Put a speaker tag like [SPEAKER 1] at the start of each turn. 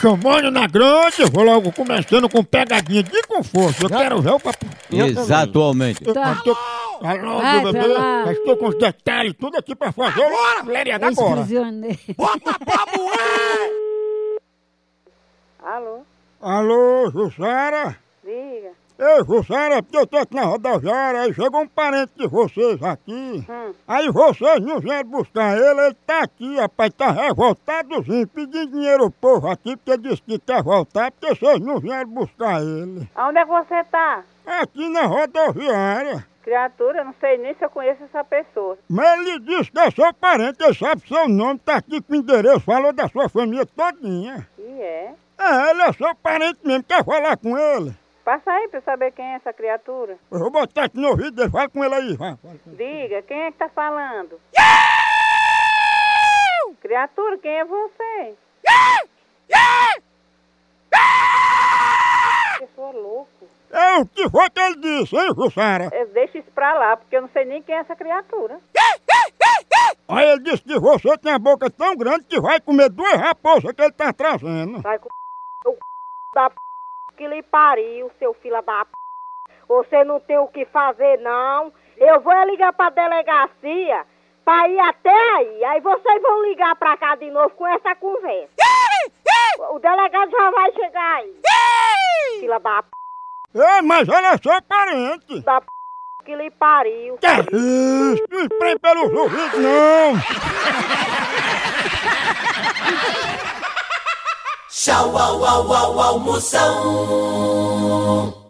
[SPEAKER 1] chamando na grande, eu vou logo começando com pegadinha de conforto. Eu quero ver o papo.
[SPEAKER 2] Exatamente.
[SPEAKER 1] Eu,
[SPEAKER 3] Tá.
[SPEAKER 1] eu tô, alô,
[SPEAKER 3] Vai,
[SPEAKER 1] meu
[SPEAKER 3] pra
[SPEAKER 1] bebê,
[SPEAKER 3] lá.
[SPEAKER 1] eu estou com os detalhes tudo aqui pra fazer. Bora, galera, agora.
[SPEAKER 3] Ex-prisioneiro.
[SPEAKER 4] Alô,
[SPEAKER 1] Alô, Jussara?
[SPEAKER 4] diga.
[SPEAKER 1] Ei, Jussara, porque eu tô aqui na rodoviária, aí chegou um parente de vocês aqui.
[SPEAKER 4] Hum.
[SPEAKER 1] Aí vocês não vieram buscar ele, ele tá aqui, rapaz, tá revoltadozinho, pedindo dinheiro ao povo aqui, porque disse que quer voltar, porque vocês não vieram buscar ele.
[SPEAKER 4] Aonde é que você tá?
[SPEAKER 1] Aqui na rodoviária.
[SPEAKER 4] Criatura, eu não sei nem se eu conheço essa pessoa.
[SPEAKER 1] Mas ele disse que é seu parente, ele sabe seu nome, tá aqui com o endereço, falou da sua família todinha.
[SPEAKER 4] E é?
[SPEAKER 1] É, ele é seu parente mesmo, quer falar com ele?
[SPEAKER 4] Passa aí pra eu saber quem é essa criatura.
[SPEAKER 1] Eu vou botar aqui no ouvido dele, fala com ele aí, vai. fala com ele.
[SPEAKER 4] Diga, quem é que tá falando? Criatura, quem é você? Pessoa louco.
[SPEAKER 1] É o que foi que ele disse, hein, Jussara?
[SPEAKER 4] É, Deixa isso pra lá, porque eu não sei nem quem é essa criatura.
[SPEAKER 1] Aí ele disse que você tem a boca tão grande que vai comer duas raposas que ele tá trazendo.
[SPEAKER 4] Vai com o c... da p... que lhe pariu, seu filho da p... Você não tem o que fazer, não. Eu vou é ligar pra delegacia pra ir até aí. Aí vocês vão ligar pra cá de novo com essa conversa. O delegado já vai chegar aí. Fila da p...
[SPEAKER 1] Ei, mas ele é seu parente.
[SPEAKER 4] da p... que lhe pariu.
[SPEAKER 1] Que isso? Não espreme pelos ouvidos, não.
[SPEAKER 5] Tchau, au, au, au, almoção.